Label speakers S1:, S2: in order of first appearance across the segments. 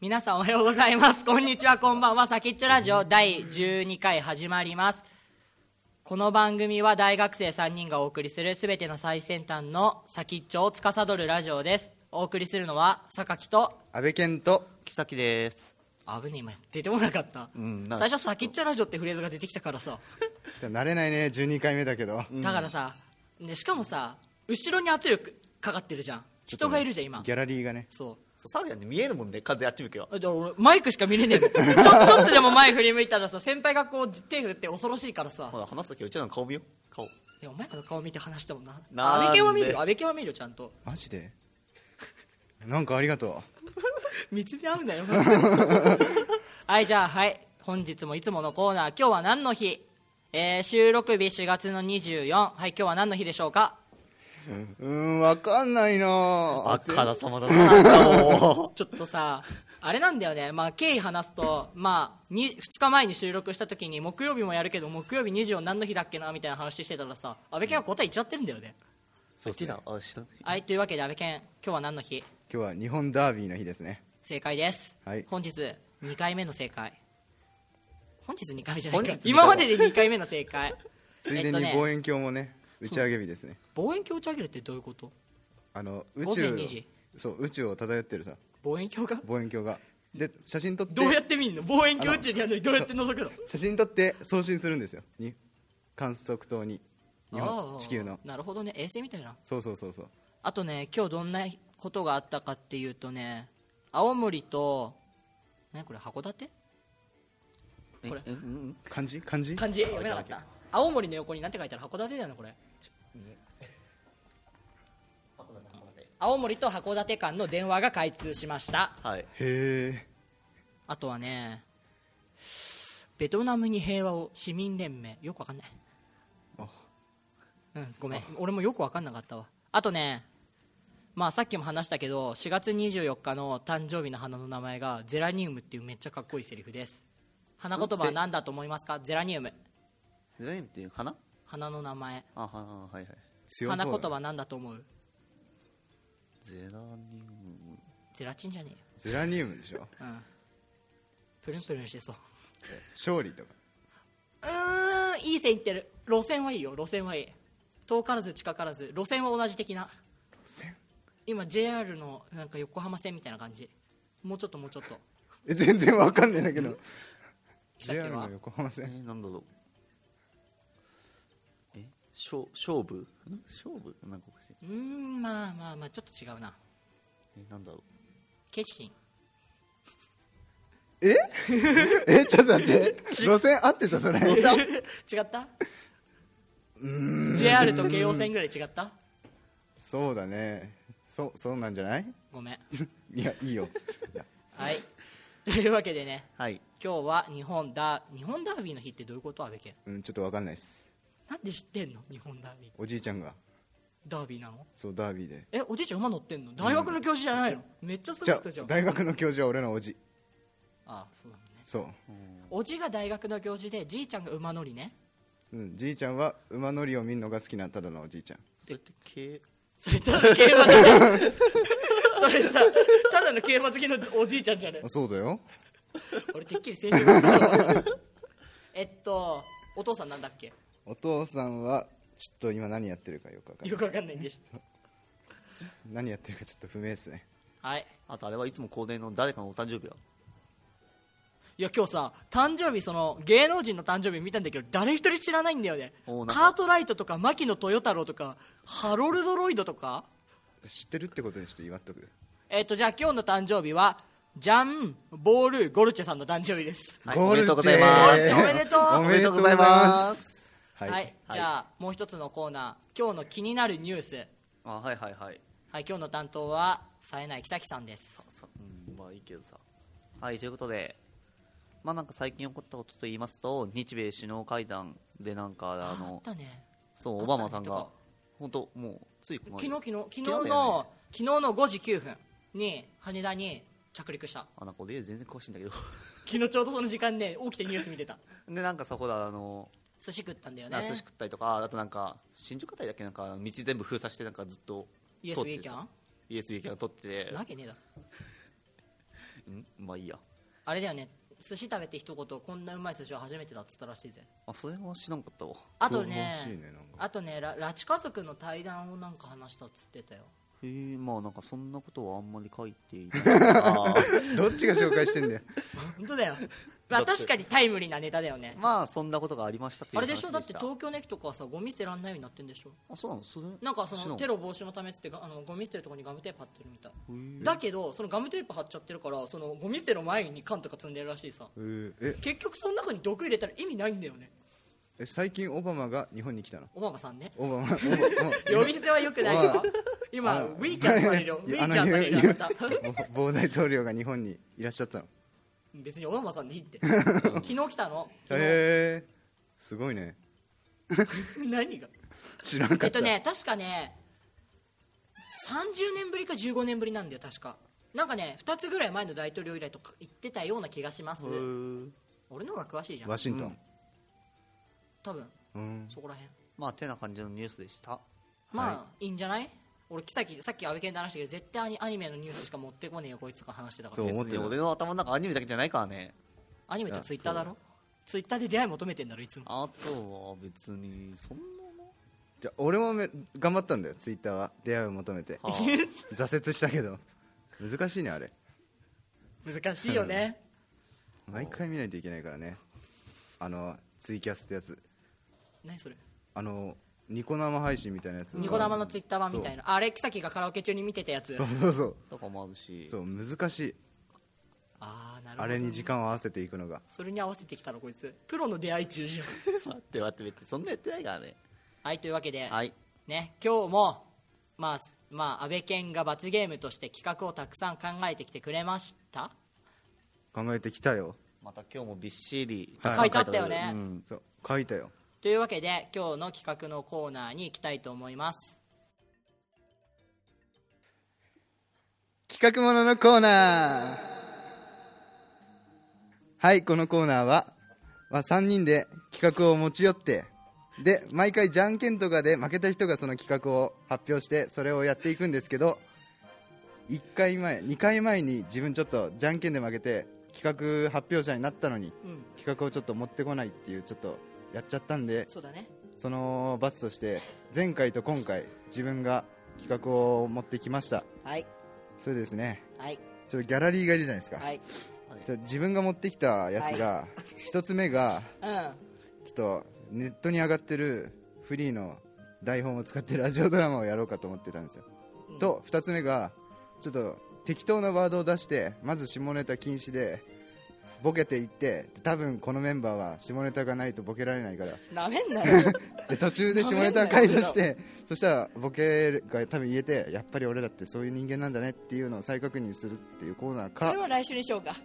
S1: 皆さんおはようございます。こんにちは、こんばんは。先っちょラジオ第12回始まります。この番組は大学生3人がお送りするすべての最先端の先っちょを司るラジオです。お送りするのは、榊と、
S2: 安倍健と
S3: 木崎です
S1: あぶねえ、今出てこなかった。
S3: うんなんか
S1: 最初、先っちょラジオってフレーズが出てきたからさ。
S2: 慣れないね12回目だけど、
S1: だからさ、でしかもさ、後ろに圧力かかってるじゃん。人がいるじゃん、今
S2: ギ。ャラリーがね
S1: そう。
S3: そうサーヤンって見えるもんね風あっち向けは
S1: だから俺マイクしか見れねえもんちょちょっとでも前振り向いたらさ先輩がこう手振って恐ろしいからさ
S3: ほら話す時うちらの顔見よう顔
S1: いやお前らの顔見て話したもんな
S3: な
S1: 安
S3: んで
S1: 倍健は見るよ安倍健は見るよちゃんと
S2: マジで なんかありがと
S1: 見つめ合うなよ はいじゃあはい本日もいつものコーナー今日は何の日えー収録日4月の24はい今日は何の日でしょうか
S2: ううーんわかんないなあ
S3: あからさまだなも
S1: ちょっとさあれなんだよね、まあ、経緯話すと、まあ、に2日前に収録した時に木曜日もやるけど木曜日24何の日だっけなみたいな話してたらさ安倍健は答え言っちゃってるんだよね
S3: うそっちだあ知らない
S1: はい、というわけで安倍健、今日は何の日
S2: 今日は日本ダービーの日ですね
S1: 正解です、
S2: はい
S1: 本日2回目の正解本日2回目じゃない
S3: 本
S1: か
S3: 日二回目
S1: 今までで2回目の正解
S2: つい
S1: え
S2: で
S1: っ
S2: に
S1: とね
S2: 望遠鏡もね打ち上げ日ですね
S1: 望遠鏡打ち上げるってどういうこと
S2: あの宇
S1: 午前
S2: 宙を
S1: 2時
S2: そう宇宙を漂ってるさ
S1: 望遠鏡が
S2: 望遠鏡がで写真撮っ て
S1: どうやって見んの望遠鏡宇宙にあるのにどうやって覗くの
S2: 写真撮って送信するんですよに観測塔に日
S1: あ
S2: 本
S1: ー
S2: 地球の
S1: なるほどね衛星みたいな
S2: そうそうそうそう
S1: あとね今日どんなことがあったかっていうとね青森と何これ函館これ
S3: えうんうん
S2: 漢字漢字
S1: 漢字読めなかった青森の横に何て書いてある函館だよねこれ 青森と函館間の電話が開通しました
S3: はい
S2: へ
S1: あとはねベトナムに平和を市民連盟よくわかんない
S2: あ
S1: うんごめん俺もよくわかんなかったわあとねまあさっきも話したけど4月24日の誕生日の花の名前がゼラニウムっていうめっちゃかっこいいセリフです花言葉は何だと思いますかゼラニウム
S3: ゼラニウムっていう花
S1: 花の名前
S3: あはははいはい
S2: え強そう
S1: 花
S2: だ
S1: 言葉なんだと思う
S3: ゼラニウム
S1: ゼラチンじゃね
S2: ゼラニウムでしょ
S1: えよ、うん、プルンプルンしてそう
S2: 勝利とか
S1: うーんいい線いってる路線はいいよ路線はいい遠からず近からず路線は同じ的な
S2: 線
S1: 今 JR のなんか横浜線みたいな感じもうちょっともうちょっと
S2: え全然わかんないんだけど
S1: 北区は
S2: JR の横浜
S3: え
S2: 線
S3: ーなんだろうえ勝勝負ん勝負なんかおかしいう
S1: ーんまあまあまあちょっと違うな
S3: えなんだろう
S1: 決心
S2: ええちょっと待って路線合ってたそれ
S1: 違った JR と京王線ぐらい違った
S2: そうだねそうそうなんじゃない
S1: ごめん
S2: いやいいよいや
S1: はいというわけでね
S3: はい
S1: 今日は日本ダー日本ダービーの日ってどういうこと安部健
S2: うんちょっとわかんないです
S1: なんで知ってんの日本ダービー
S2: おじいちゃんが
S1: ダービーなの
S2: そうダービーで
S1: えおじいちゃん馬乗ってんの大学の教授じゃないのめっちゃす
S2: じ
S1: ごい
S2: ゃ
S1: 人じゃ
S2: あ
S1: ん
S2: 大学の教授は俺のおじ
S1: あそうだもんね
S2: そ
S1: おじが大学の教授でじいちゃんが馬乗りね
S2: う、うん、じいちゃんは馬乗りを見るのが好きなただのおじいちゃん
S3: それってけ
S1: それただの競馬じゃないそれさただの競馬好きのおじいちゃんじゃね
S2: あそうだよ
S1: 俺てっきり青春だったわえっとお父さんなんだっけ
S2: お父さんはちょっと今何やってるかよくわかんな
S1: よ
S2: い
S1: くわかんないんでしょ
S2: 何やってるかちょっと不明ですね
S1: はい
S3: あとあれはいつも恒例の誰かのお誕生日はい
S1: や今日さ誕生日その芸能人の誕生日見たんだけど誰一人知らないんだよね
S3: おなんか
S1: カートライトとか牧野豊太郎とかハロルド・ロイドとか
S2: 知ってるってことにして祝っとく
S1: えっとじゃあ今日の誕生日はジャン・ボール・ゴルチェさんの誕生日です
S3: はい
S2: ゴルチェ
S3: おめでとうございます
S1: ゴルチェおめでとう
S2: お
S3: お
S2: め
S3: め
S2: で
S3: で
S2: と
S3: と
S2: う
S3: う
S2: ござ
S3: ござ
S2: い
S3: い
S2: ま
S3: ますす
S1: はい、じゃあもう一つのコーナー今日の気になるニュース
S3: あはいはいはい
S1: はい今日の担当は冴えない木崎さんです
S3: さうんまあいいけどさはいということでまあなんか最近起こったことと言いますと日米首脳会談でなんかあ
S1: ああ
S3: の
S1: ったね
S3: そ
S1: あ
S3: うオ
S1: ったね
S3: バマさん
S1: とか
S3: が本当もうついこの
S1: 昨日昨日昨日
S3: だよ
S1: の
S3: ね
S1: 昨日の5時9分に羽田に着陸した
S3: あなんか俺全然詳しいんだけど
S1: 昨日ちょうどその時間で起きてニュース見てた
S3: でなんかさほらあの
S1: 寿司食ったんだよね
S3: なんか寿司食ったりとかあとなんか新宿あたりだっけなんか道全部封鎖してなんかずっと
S1: イエスウィーキャン
S3: イエスウィーキャン取ってて
S1: なわけねえだろ
S3: んまあいいや
S1: あれだよね寿司食べて一言こんなうまい寿司は初めてだっつったらしいぜ
S3: あそれも知らんかったわ
S1: あと
S2: 詳しい
S1: ね
S2: ねなんか
S1: あとねラ拉致家族の対談をなんか話したっつってたよ
S3: へえまあなんかそんなことはあんまり書いていないから
S2: どっちが紹介してんだよ
S1: 本当だよまあ
S3: だって
S1: 確かにタイムリーなネタだよね
S3: まあそんなことがありましたという
S1: あれ
S3: 話で
S1: で
S3: し
S1: したょだって東京の駅とかはさゴミ捨てらんないようになってんでしょ
S3: あそうなのそれ
S1: なんかそのテ
S3: ロ
S1: ロ防止のためっつってがあのゴミ捨てるとこにガムテープ貼ってるみたいだけどそのガムテープ貼っちゃってるからそのゴミ捨ての前に缶とか積んでるらしいさ
S2: うーえ
S1: 結局その中に毒入れたら意味ないんだよね
S2: え最近オバマが日本に来たの
S1: オバマさんね
S2: オバマオバマ
S1: 呼び捨てはよくないよ今
S2: あ
S1: ウィーキャンされるよウィーキャンされるよあなた
S2: 某大統領が日本にいらっしゃ ったの
S1: 別にオバマさんでいいって昨日来たの昨日
S2: へえすごいね
S1: 何が
S2: 知らんかった
S1: えっとね確かね30年ぶりか15年ぶりなんだよ確かなんかね2つぐらい前の大統領以来とか言ってたような気がします俺の方が詳しいじゃん
S2: ワシントン、
S1: 多分
S2: うん
S1: そこらへん
S3: まあてな感じのニュースでした
S1: まあ、、
S2: はい
S1: いんじゃない俺さっきさっき安倍健で話したけど絶対アニアニメのニュースしか持ってこねえよこいつとか話してたか
S2: そ
S1: ら
S2: う思って
S3: 別
S2: た
S3: に俺の頭の中アニメだけじゃないからね
S1: アニメとツイッターだろツイッターで出会い求めてんだろいつも
S3: あとは別にそんなの
S2: じゃあ俺もめ頑張ったんだよツイッターは出会いを求めて
S3: は
S2: 挫折したけど難しいねあれ
S1: 難しいよね
S2: 毎回見ないといけないからねあのツイキャスってやつ
S1: 何それ
S2: あのニコ生配信みたいなやつ
S1: ニコ生のツイッター版みたいなあれキサキがカラオケ中に見てたやつ
S2: そうそうそう
S3: とかもあるし
S2: そう難しい
S1: ああなるほど
S2: あれに時間を合わせていくのが
S1: それに合わせてきたのこいつプロの出会い中じゃん
S3: 待って待って別にそんなやってないからね
S1: はいというわけで、
S3: はい
S1: ね今日もまあすまあ安倍健が罰ゲームとして企画をたくさん考えてきてくれました
S2: 考えてきたよ
S3: また今日もびっしり
S2: はい
S1: 書いてあったよね
S3: うん
S2: そう書いたよ
S1: というわけで今日の企画のコーナーに行きたいと思います
S2: 企画もののコーナーはいこのコーナーは、まあ、3人で企画を持ち寄ってで毎回じゃんけんとかで負けた人がその企画を発表してそれをやっていくんですけど1回前2回前に自分ちょっとじゃんけんで負けて企画発表者になったのに
S1: うん
S2: 企画をちょっと持ってこないっていうちょっとやっちゃったんで
S1: そうだね
S2: その罰として前回と今回自分が企画を持ってきました
S1: はい
S2: それですね
S1: はい
S2: ちょっとギャラリーがいるじゃないですか、
S1: はい
S2: じゃあ自分が持ってきたやつが一つ目が
S1: うん
S2: ちょっとネットに上がってるフリーの台本を使ってラジオドラマをやろうかと思ってたんですよ、
S1: うん
S2: と二つ目がちょっと適当なワードを出してまず下ネタ禁止でボケていって多分このメンバーは下ネタがないとボケられないから
S1: なめんなよ
S2: で途中で下ネタ解除してそしたらボケが多分言えてやっぱり俺らってそういう人間なんだねっていうのを再確認するっていうコーナー
S1: そ
S2: か
S1: れは来週にしようか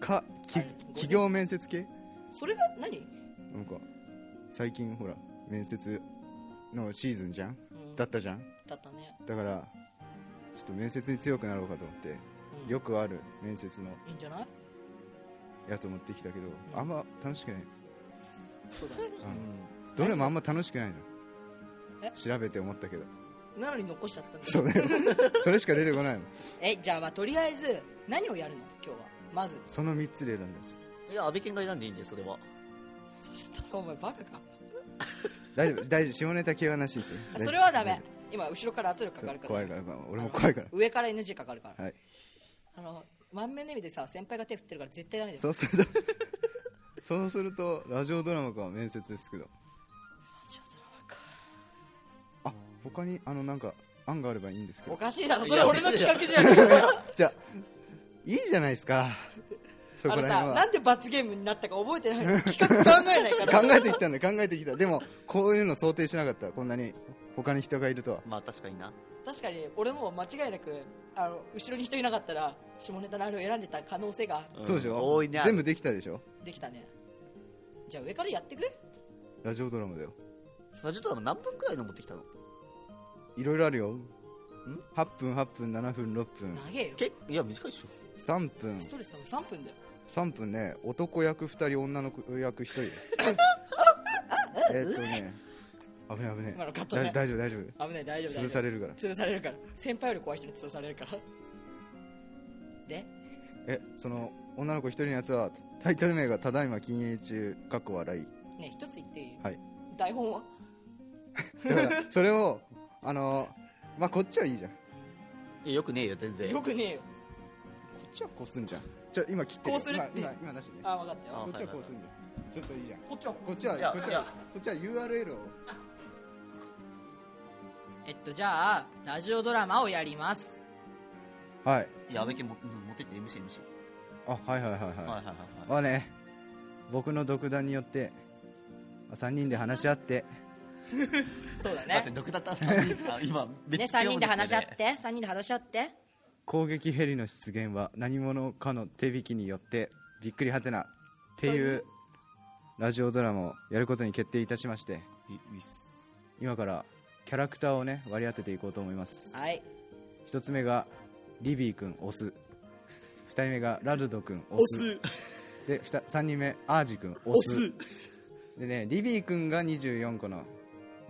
S2: かき
S1: はい
S2: 企業面接系
S1: それが何
S2: なんか最近ほら面接のシーズンじゃん、
S1: うん
S2: だったじゃん
S1: だったね
S2: だからちょっと面接に強くなろうかと思って、
S1: うん
S2: よくある面接の
S1: いいんじゃない
S2: やつを持ってきたけど、
S1: ん
S2: あんま楽しくない
S1: そうだね
S2: どれもあんま楽しくないの
S1: え
S2: 調べて思ったけど
S1: なのに残しちゃったんだ
S2: そうね それしか出てこないの
S1: えじゃあまあとりあえず何をやるの今日はまず
S2: その3つで選んでほしい
S3: いや安倍健が選んでいいんでそれは
S1: そしたらお前バカか
S2: 大丈夫大丈夫下ネタ系はなしですよ
S1: あそれはダ
S2: 大
S1: メ
S2: 丈夫
S1: 今後ろから圧力かかるか
S2: そう
S1: ら
S2: 怖いから怖い俺も怖いか
S1: 上から NG かかるから、
S2: らはい
S1: あの満面の意味でさ先輩が手振ってるから絶対ダメです
S2: そうすると そうするとラジオドラマか面接ですけど
S1: ちょっとなんか
S2: あ他にあのなんか案があればいいんですけ
S1: お
S2: ど
S1: かしいだろそれ俺の企画じゃん
S2: じゃあいいじゃないですかそ
S1: あ
S2: こ
S1: の
S2: ら
S1: さ
S2: 辺
S1: な
S2: は
S1: んで罰ゲームになったか覚えてない の企画考えないから
S2: 考えてきたんだ考えてきたでもこういうの想定しなかったこんなに他に人がいるとは
S3: まあ確かにな
S1: 確かに俺も間違いなくあの後ろに人いなかったら下ネタのあれを選んでた可能性が
S3: ん
S2: そうでしょ
S3: 大いにある
S2: 全部できたでしょ
S1: できたねじゃあ上からやってく
S2: ラジオドラマだよ
S3: ラジオドラマ何分くらいの持ってきたの
S2: いろいろあるよ8分8分7分6分
S1: 長えよ
S3: けいや短いっしょ
S2: 3分
S1: ストレス多分3分だよ
S2: 3分ね男役2人女の子役1人 えっとね危ない危ない
S1: 今のカットね
S2: 大大丈夫大丈
S1: 危ない大丈夫大
S2: 夫
S1: 丈夫
S2: 潰されるから
S1: 潰されるから先輩より怖い人に潰されるからで
S2: えその女の子一人のやつはタイトル名が「ただいま禁煙中」かっこ笑い
S1: ね一つ言っていい
S2: はい
S1: 台本は
S2: だ からそれをあのまあこっちはいいじゃんこ
S3: いやよくねえよ全然
S1: よくねえよ
S2: っちはこうすんじゃんちょ今切ってよ
S1: こうするって
S2: 今今今なしね
S1: あ分かった
S3: あ
S1: よ
S2: こっちはこうすんじゃんするといいじゃん
S1: こっちは
S2: こっちはい
S3: や
S2: こっち
S3: いや
S2: はそっちは URL を
S1: えっとじゃあラジオドラマをやります
S2: はい
S3: やべけもうん持ってって MC MC
S2: あはいはいはいはい、
S3: はいはいはいはい
S2: はね僕の独断によって3人で話し合って
S1: そうだ
S3: だって
S1: ね
S3: 毒だった3人さ今め
S1: ね
S3: っちゃ
S1: 3人で話し合っ
S3: 面白いね
S1: て3人で話し合って
S2: 攻撃ヘリの出現は何者かの手引きによってびっくりはてなっていうラジオドラマをやることに決定いたしまして
S3: いいっす
S2: 今からキャラクターをね割り当てていこうと思います
S1: はい
S2: 一つ目がリビー君オス二人目がラルド君オスでふた三人目アージ君オスでねリビー君が24個の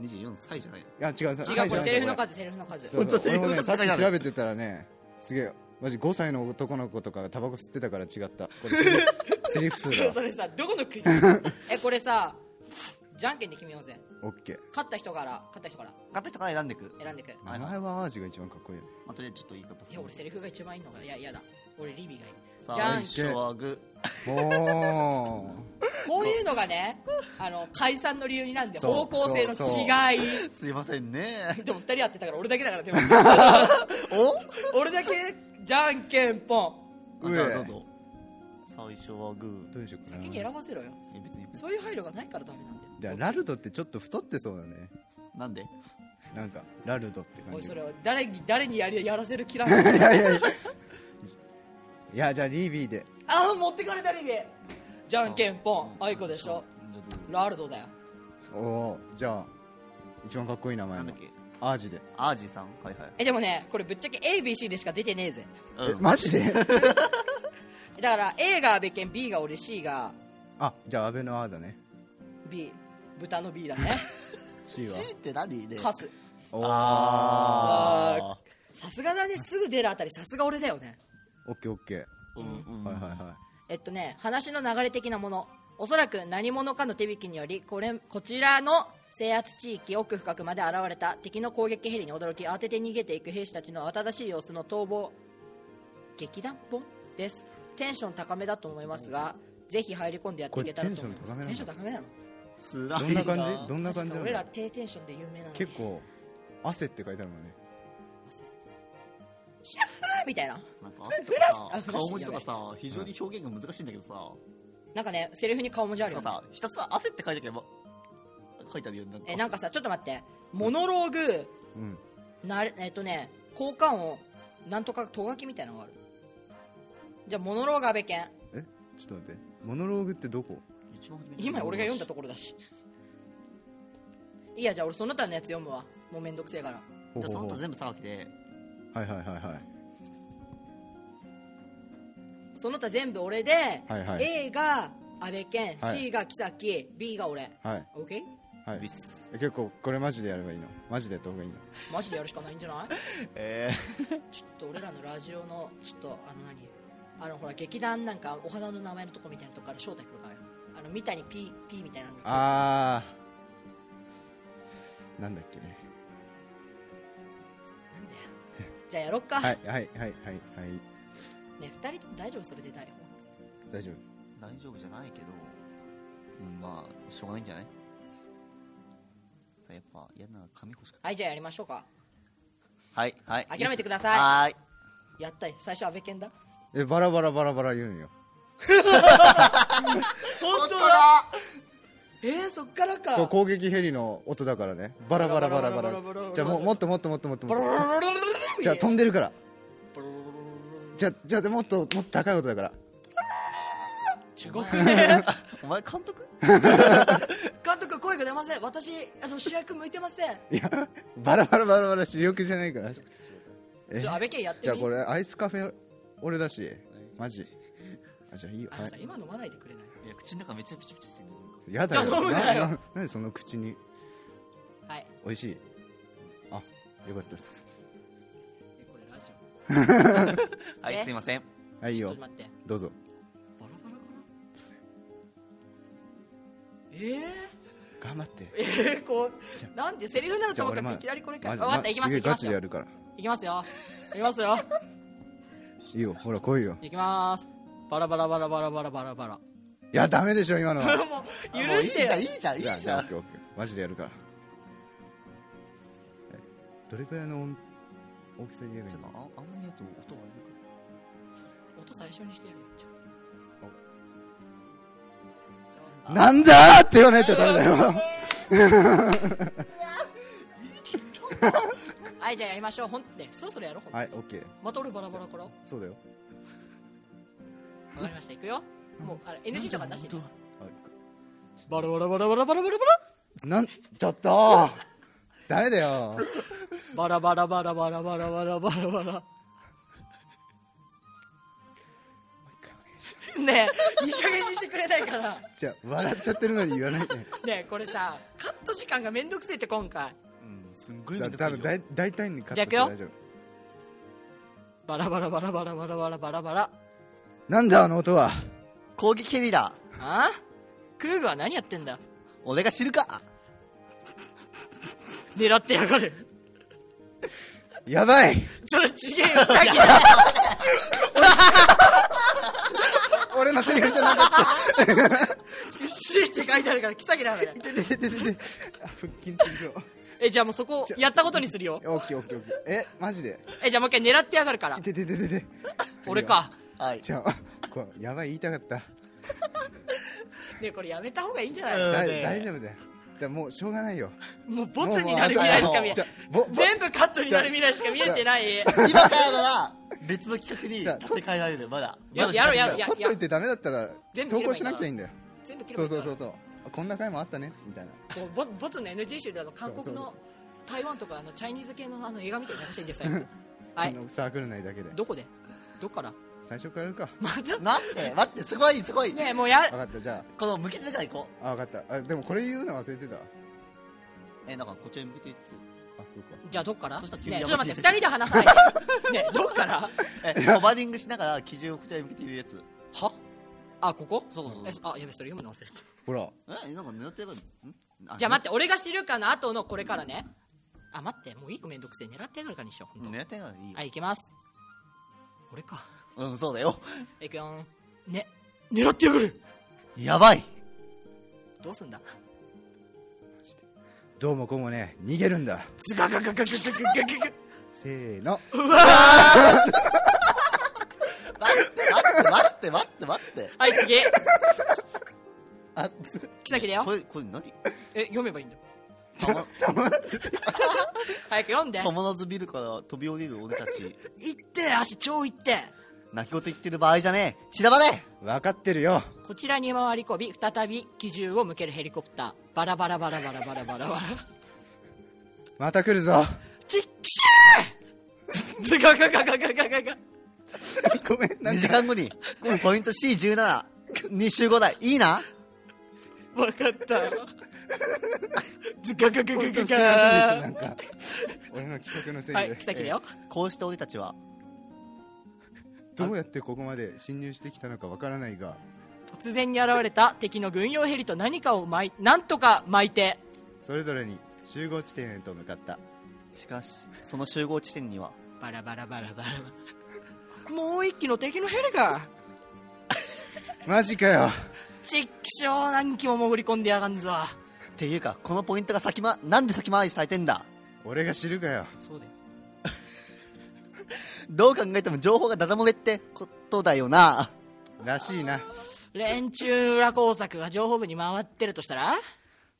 S3: 24歳じゃないの
S2: いや違う違
S1: 違うこれセリフの数セリフの数
S2: そうそう
S3: 本当
S2: 俺もね
S3: セ
S2: さ
S3: リ
S2: っ
S3: フの数
S2: き
S3: が
S2: 調べてたらねすげえマジ5歳の男の子とかがタバコ吸ってたから違ったこれセリ フセリフ数だ
S1: それさどこの 国えこれさじゃんけんで決めようぜ
S2: オッケ
S1: 勝った人から勝った人から
S3: 勝った人から選んでく
S1: 選んでくい
S2: ー名前はアージが一番かっこいいよね
S3: あとでちょっといいかパス
S1: や俺セリフが一番いいのがいや嫌だ俺リビーがいい
S3: さあ
S1: じゃん
S3: 最初はグ
S2: お
S1: こういうのがねあの解散の理由になんで
S2: そう
S1: 方向性の
S2: そうそう
S1: 違い
S3: ーすいませんね
S1: でも2人やってたから俺だけだから でも
S3: お
S1: 俺だけじゃんけんぽん
S2: うえ
S3: じゃあどうぞ最初はグ
S2: ーどうでしょうかな
S1: 先に選ばせろよ
S3: ー別に
S1: そういう配慮がないからダメなんだよ
S2: でラルドってちょっと太ってそうだね
S3: なんで
S2: なんかラルドって感
S1: おい
S2: じ
S1: そ
S2: い
S1: れは誰に誰にやりやらせる気なんだ
S2: やいやいやいやじゃあリビーで
S1: ああ持ってかれたリビーじゃんけんぽん
S3: う
S1: あいこでしょ
S3: じゃあどうぞ
S1: ラルドだよ
S2: おおーじゃあ一番かっこいい名前
S3: なん
S2: の
S3: だっけ
S2: アージで
S3: アージさんはいはい
S1: えでもねこれぶっちゃけ ABC でしか出てねえぜ
S2: え
S3: うん
S2: マジで
S1: だから A が阿部健 B が俺 C が
S2: あじゃあ安倍のアーだね
S1: B 豚の B だ ね
S2: C は
S3: C って何で
S1: カス
S2: お
S3: ああ
S1: さすがだねすぐ出るあたりさすが俺だよね
S2: オッケーオッケ
S3: うんう
S2: ー
S3: ん
S2: はいはいはい
S1: えっとね話の流れ的なものおそらく何者かの手引きによりこれこちらの制圧地域奥深くまで現れた敵の攻撃ヘリに驚き慌てて逃げていく兵士たちの慌ただしい様子の逃亡劇団本ですテンション高めだと思いますがぜひ入り込んでやっていけたらと思います
S2: これ
S1: テ
S2: テ
S1: ンシ
S2: ンシ
S1: ョ
S2: ョ
S1: ン
S2: ン
S1: 高めなの
S3: つらい
S2: どんな感じどんな感
S1: マジ
S2: じ
S1: か
S2: な
S1: 俺ら
S2: の
S1: 低テンションで有名なのに
S2: 結構汗って書いてあるもんね
S1: あーみたいな
S3: なんか汗と
S1: ブラシあ
S3: か
S1: ブラシ
S3: さ顔文字とかさ非常に表現が難しいんだけどさ
S1: なんかねセリフに顔文字ある
S3: さ
S1: よ、
S3: あさひたすら汗って書いてあけば書いてあるよなんか
S1: えなんかさちょっと待ってモノローグ
S2: うん
S1: なれえっとね交換音なんとかとがきみたいなのがあるじゃあモノローグ安倍健
S2: えちょっと待ってモノローグってどこ
S3: 一番初めに
S1: 今俺が読んだところだしいいやじゃあ俺その他のやつ読むわもうめんどくせえから
S2: ほう
S3: じゃ
S2: ほ
S3: あそう
S2: ほ
S3: の後
S2: う
S3: 全部さわけで
S2: はいはいはいはい
S1: その他全部俺で、
S2: はいはい
S1: A が安倍健、
S2: はい
S1: C が木崎 B が俺
S2: はい
S1: OK?
S2: は
S3: ウィ
S2: い
S3: ス
S2: 結構これマジでやればいいのマジでやった方がいいの
S1: マジでやるしかないんじゃない
S3: え
S1: ちょっと俺らのラジオのちょっとあの何あのほら劇団なんかお花の名前のとこみたいなとこから招待来るからよあの三谷 P, P みたいなのが来る
S2: あーなんだっけね
S1: なんだよじゃあやろっか、
S2: はいはいはいはいはい
S1: ね二人とも大丈夫それで台本
S2: 大丈夫
S3: 大丈夫じゃないけどうんまあしょうがないんじゃないやっぱ嫌なのは紙欲しかっ
S1: はいじゃあやりましょうか
S3: たはいはい
S1: 諦めてください
S3: はーい
S1: やったい最初安倍健だ
S2: えバラバラバラバラ言うんよ
S1: 本当だえー、そっからか
S2: こう攻撃ヘリの音だからねバラバラバラバ
S1: バラバラバラバラ
S2: ラじゃあもうもっともっともっともっともっとじ
S1: じ
S2: ゃあ飛んでるから
S1: ブルルルルル
S2: じゃあじゃあもっともっと高い音だから
S1: 地獄ね
S3: お前監督
S1: 監督声が出ません私あの主役向いてません
S2: いや、バラバラバラバラ主力じゃないから。え
S1: ち
S2: じ
S1: ょ
S2: ゃ
S1: 安倍健やってみ
S2: あこれアイスカフェ俺だし、マジ。あじゃあいいよ。
S1: あのさ、
S2: はい
S1: 今飲まないでくれない
S3: いや口の中めちゃピチピチしてる
S2: やだよ。
S1: じゃあ飲むなよ
S2: ななんでその口に
S1: はい
S2: 美味しい。あ、よかったです。
S1: えこれラジオ
S3: はいすいません
S2: はいいい
S1: ちょっ
S2: よ
S1: と。待って
S2: どうぞ
S1: バラバラかなえ
S2: 頑張って
S1: えええこ
S2: じゃ
S1: うなんでセリフなのと思ったら
S2: ま
S1: いきなりこれか
S2: マ
S1: 分
S2: ジ
S1: かっ
S2: ま
S1: たいきます
S2: げえ
S1: いきま
S2: ガ
S1: す
S2: チでや
S1: よ
S2: るから
S1: いきますよいきますよ
S2: いいよほら来いよ
S1: いきますバラバラバラバラバラバラバラ
S2: いやダメでしょ今の は
S1: もう許
S3: もういい
S1: して
S3: じゃんいい
S1: よ
S3: じゃんいい
S2: じゃあ
S3: じ
S2: じゃあ
S3: ゃ
S2: オッ
S3: ん
S2: ケーオッケーマジでやるからえどれくらいの音大きさで言えばいい
S3: ちょっ
S2: の
S3: とああんまりやると音が悪いか
S1: 音最初にしてやるよじゃ
S2: なんだーって言わないとダメだよ
S1: あはいじゃあやりましょうほんってそろそろやろうほんと
S2: はいオッケー
S1: また俺バラバラからわ
S2: そうだよ
S1: かりましたいくよもうあれ NG とかなしね
S2: バラバラバラバラバラバラバラなんちょっとダメだよ
S1: バラバラバラバラバラバラバラバラねえいい加減にしてくれないから
S2: じゃあ笑っちゃってるのに言わな いで
S1: ねえこれさカット時間がめんどくせえって今回
S3: うんすんごい
S2: だ
S3: めんどくさ
S2: だ
S3: いよ
S2: だい大体にカットして
S1: じゃあ行
S2: 大
S1: く
S2: 丈夫
S1: バラバラバラバラバラバラバラバラ
S2: なんだあの音は
S3: 攻撃ヘリだ
S1: あクーグは何やってんだ
S3: 俺が知るか
S1: 狙ってやがる
S2: やばい
S1: それちげえよさっきだ
S2: 俺のセリフじゃなか っ
S1: 死って書いてあるからキサキだから
S2: たででででであ腹筋って言う
S1: えじゃあもうそこやったことにするよ
S2: オッケーオッケーオッケーえマジで
S1: えじゃあもう一回狙ってやがるから
S2: ででででで
S1: 俺か
S3: はい
S2: じゃあこうやばい言いたかった
S1: ねえこれやめた方がいいんじゃない、
S3: うん
S2: だ
S3: ね
S2: い大丈夫だよだからもうしょうがないよ
S1: もうボツになる未来しか見え
S2: じゃあぼぼ
S1: 全部カットになる未来しか見えてない
S3: 今からなら 別の企画に
S2: じゃあ
S3: 立て替えられるまだ
S1: よしやろうやろう
S2: 取
S1: や
S2: っといてダメだったら
S1: 全部
S2: 投
S1: 切れ
S2: 稿
S1: ばいい
S2: し
S1: んだ
S2: なきゃいいんだよ
S1: 全部切れ
S2: そ
S1: ばいういか
S2: そ
S1: ら
S2: うそうそうあこんな回もあったねみたいな
S1: もうボボツの NG 集であの韓国の台湾とかあのチャイニーズ系のあの映画みたいに流してんですよはい
S2: あのサークル内だけで
S1: どこでどっから
S2: 最初からやるか
S1: また
S3: 待って待ってすごいすごい
S1: ねえもうや
S2: 分かったじゃ
S3: この向けてから行こ
S2: ああ分かったあでもこれ言うの忘れてたあ
S3: うえなんかこっちに向けていつ
S2: そうか
S1: じゃあどっから
S3: そしたら急に
S1: ねえ
S3: や
S1: ち
S3: ば
S1: ょっと
S3: い
S1: 待って2人で話さないで ねえどっから
S3: えホバリングしながら基準をこっちに向けているやつ
S1: はあここ
S3: そうそうそう
S1: えあやべそれ読むの忘れた
S2: ほら
S3: えなんか狙ってやがるん
S1: じゃあ待って俺が知るかの後のこれからねあ待ってもういいよめんどくせえ狙ってやがるからにしようほんと
S3: 狙ってやがるいいよ
S1: はい行きます俺か
S3: うんそうだよ
S1: いくよんね狙ってやがる
S3: やばい
S1: どうすんだ
S2: どうもこうもね逃げるんだ
S1: ズガガガガガガガガガガ
S2: せーの
S3: 待って待って待って待って待って
S1: はい次
S2: あつ
S1: キサキだよ
S3: これこれ何
S1: え読めばいいんだ
S3: 友
S1: 早く読んで
S3: 友達ビルから飛び降りる俺たち
S1: いって足超いって
S3: 泣き言言ってる場合じゃねえ血だばね
S2: 分かってるよ
S1: こちらに回り込み再び機銃を向けるヘリコプターバラバラバラバラバラバラバラ
S2: また来るぞ
S1: ちっきしーズガガガガガガガガ
S2: ごめんな
S3: 2時間後にポイント C172 集合だいいな
S1: わかったズガガガガガ
S2: すいませんでし
S1: ガ
S2: たなんか俺の企画のせいで、
S1: はいキサキだよ
S3: こうして俺たちは
S2: どうやってここまで侵入してきたのかわからないが
S1: 突然に現れた敵の軍用ヘリと何かを巻いなんとか巻いて
S2: それぞれに集合地点へと向かった
S3: しかしその集合地点には
S1: バラバラバラバラもう一機の敵のヘリが
S2: マジかよ
S1: ちっきしょー何機も潜り込んでやがんぞ
S3: っていうかこのポイントが先まなんで先回りされてんだ
S2: 俺が知るかよ
S1: そうだよ
S3: どう考えても情報がダダ漏れってことだよな
S2: らしいな
S1: 連中裏工作が情報部に回ってるとしたら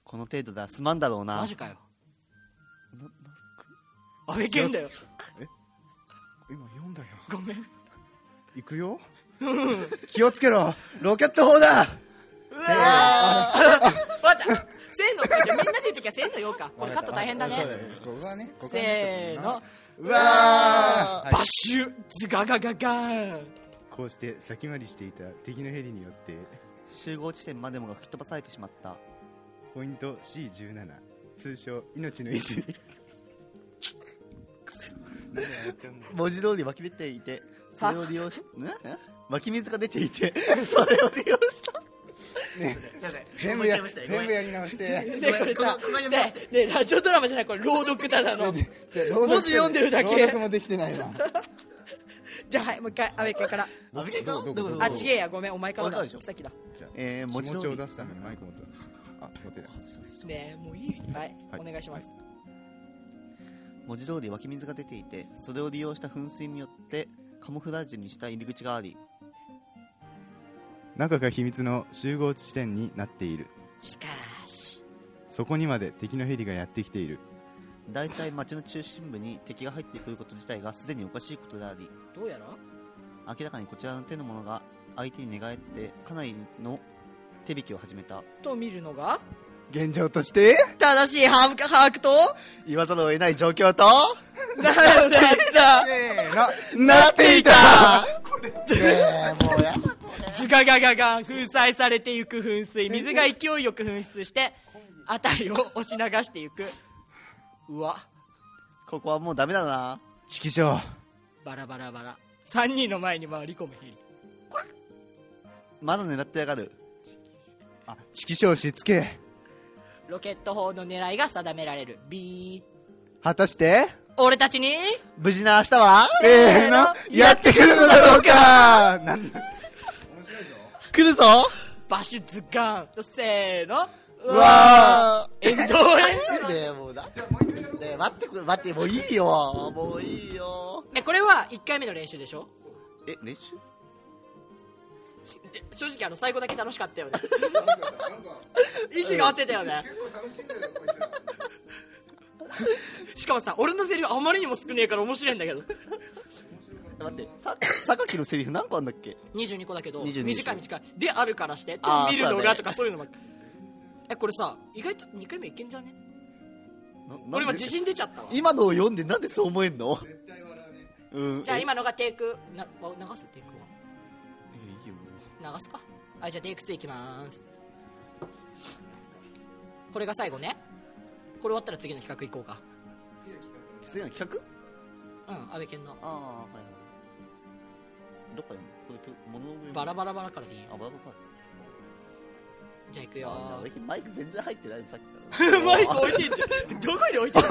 S3: この程度ではすまんだろうな
S1: マジかよ安倍健だよ
S2: 今読んだよ
S1: ごめん
S2: 行くよ気をつけろロケット砲だ
S1: うわーまたせーのって言ってみんなで言うときはせーの言おうかこれカット大変だね
S2: あそうよここはねここはね
S1: せーの
S2: ちょっとうわー
S1: バッシュズガガガガーン
S2: こうして先回りしていた敵のヘリによって
S3: 集合地点までもが吹き飛ばされてしまった
S2: ポイント C17 通称命の維持
S3: 文字通り湧き出ていてそれを利用し、ん湧き水が出ていて、 それを利用した。
S2: 全部や全部やり直して
S4: でこれさねねラジオドラマじゃないこれ朗読ただの
S2: じゃあ朗読
S4: 文字読んでるだけ
S2: 朗読もできてないわ
S4: じゃあはいもう一回阿部君から
S3: あ、見てか
S2: どこどこどこ
S4: あちげえやごめんお前から
S3: わか
S4: だ
S3: るでしょ
S4: さっきだ
S3: えー、
S2: 気持
S3: 文字
S2: ち
S3: 通
S2: を
S3: り
S2: 出すためにマイク持つあ持てない
S4: ねもういいはい
S2: はい
S4: お願いします
S3: 文字通り湧き水が出ていて、それを利用した噴水によって、カモフラージュにした入り口があり、
S2: 中が秘密の集合地点になっている
S4: しかし
S2: そこにまで敵のヘリがやってきている
S3: 大体町の中心部に敵が入ってくること自体がすでにおかしいことであり、
S4: どうやら
S3: 明らかにこちらの手の者が相手に寝返って、かなりの手引きを始めた。
S4: と見るのが
S2: 現状として
S4: 正しい把握把握と
S3: 言わざるを得ない状況と、
S4: なるだった
S2: なっていた
S1: ズガガガガン粉砕されていく噴水水が勢いよく噴出して辺りを押し流していくうわ
S3: ここはもうダメだな。
S2: 指揮所
S1: バラバラバラ3人の前に回り込むヘリ
S3: まだ狙ってやがる。
S2: 指揮所をしつけ
S1: ロケット砲の狙いが定められるビー
S2: 果たして
S1: 俺たちに
S3: 無事な明日は
S2: せーのやってくるのだろうかなんだ
S3: 来るぞ
S1: バシュズガンせーのう
S3: わ
S1: 遠藤へ
S3: ーねえもうだねえ待ってくれ待ってもういいよもういいよ
S1: えこれは1回目の練習でしょ
S3: え練習
S1: で正直あの最後だけ楽しかったよね息が合ってたよねしかもさ俺のセリフあまりにも少ねえから面白いんだけど
S3: 待って さ榊のセリフ何個あんだっけ
S1: 22個だけど
S3: 22
S1: 短い短いであるからしてと
S3: あー
S1: 見るの
S3: そうだ
S1: が
S3: ね
S1: とかそういうのもえこれさ意外と2回目いけんじゃね
S3: な
S1: 俺今
S3: なんで
S1: 自信出ちゃったわ
S3: 今のを読んでなんでそう思えんのうん
S1: じゃあ
S3: え
S1: 今のがテイクなわ流すテイク
S3: いいよ
S1: は流すかあじゃあテイク2いきまーすこれが最後ねこれ終わったら次の企画行こうか
S3: 次の企画
S1: うん安部健の
S3: ああはいどっかでもこれ物の上
S1: バラバラバラからでいいよ
S3: あバラバラ
S1: じゃあ行くよ
S3: あ俺マイク全然入ってないさっきから
S1: ー マイク置いてんじゃんどこに置いてん